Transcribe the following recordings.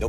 No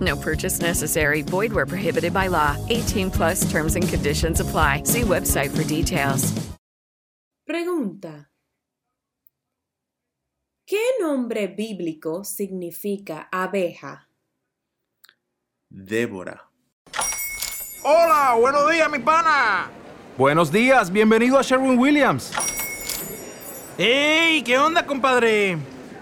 No purchase necessary. Void where prohibited by law. 18 plus terms and conditions apply. See website for details. Pregunta. ¿Qué nombre bíblico significa abeja? Débora. Hola, buenos días, mi pana. Buenos días, bienvenido a Sherwin Williams. ¡Ey! ¿Qué onda, compadre?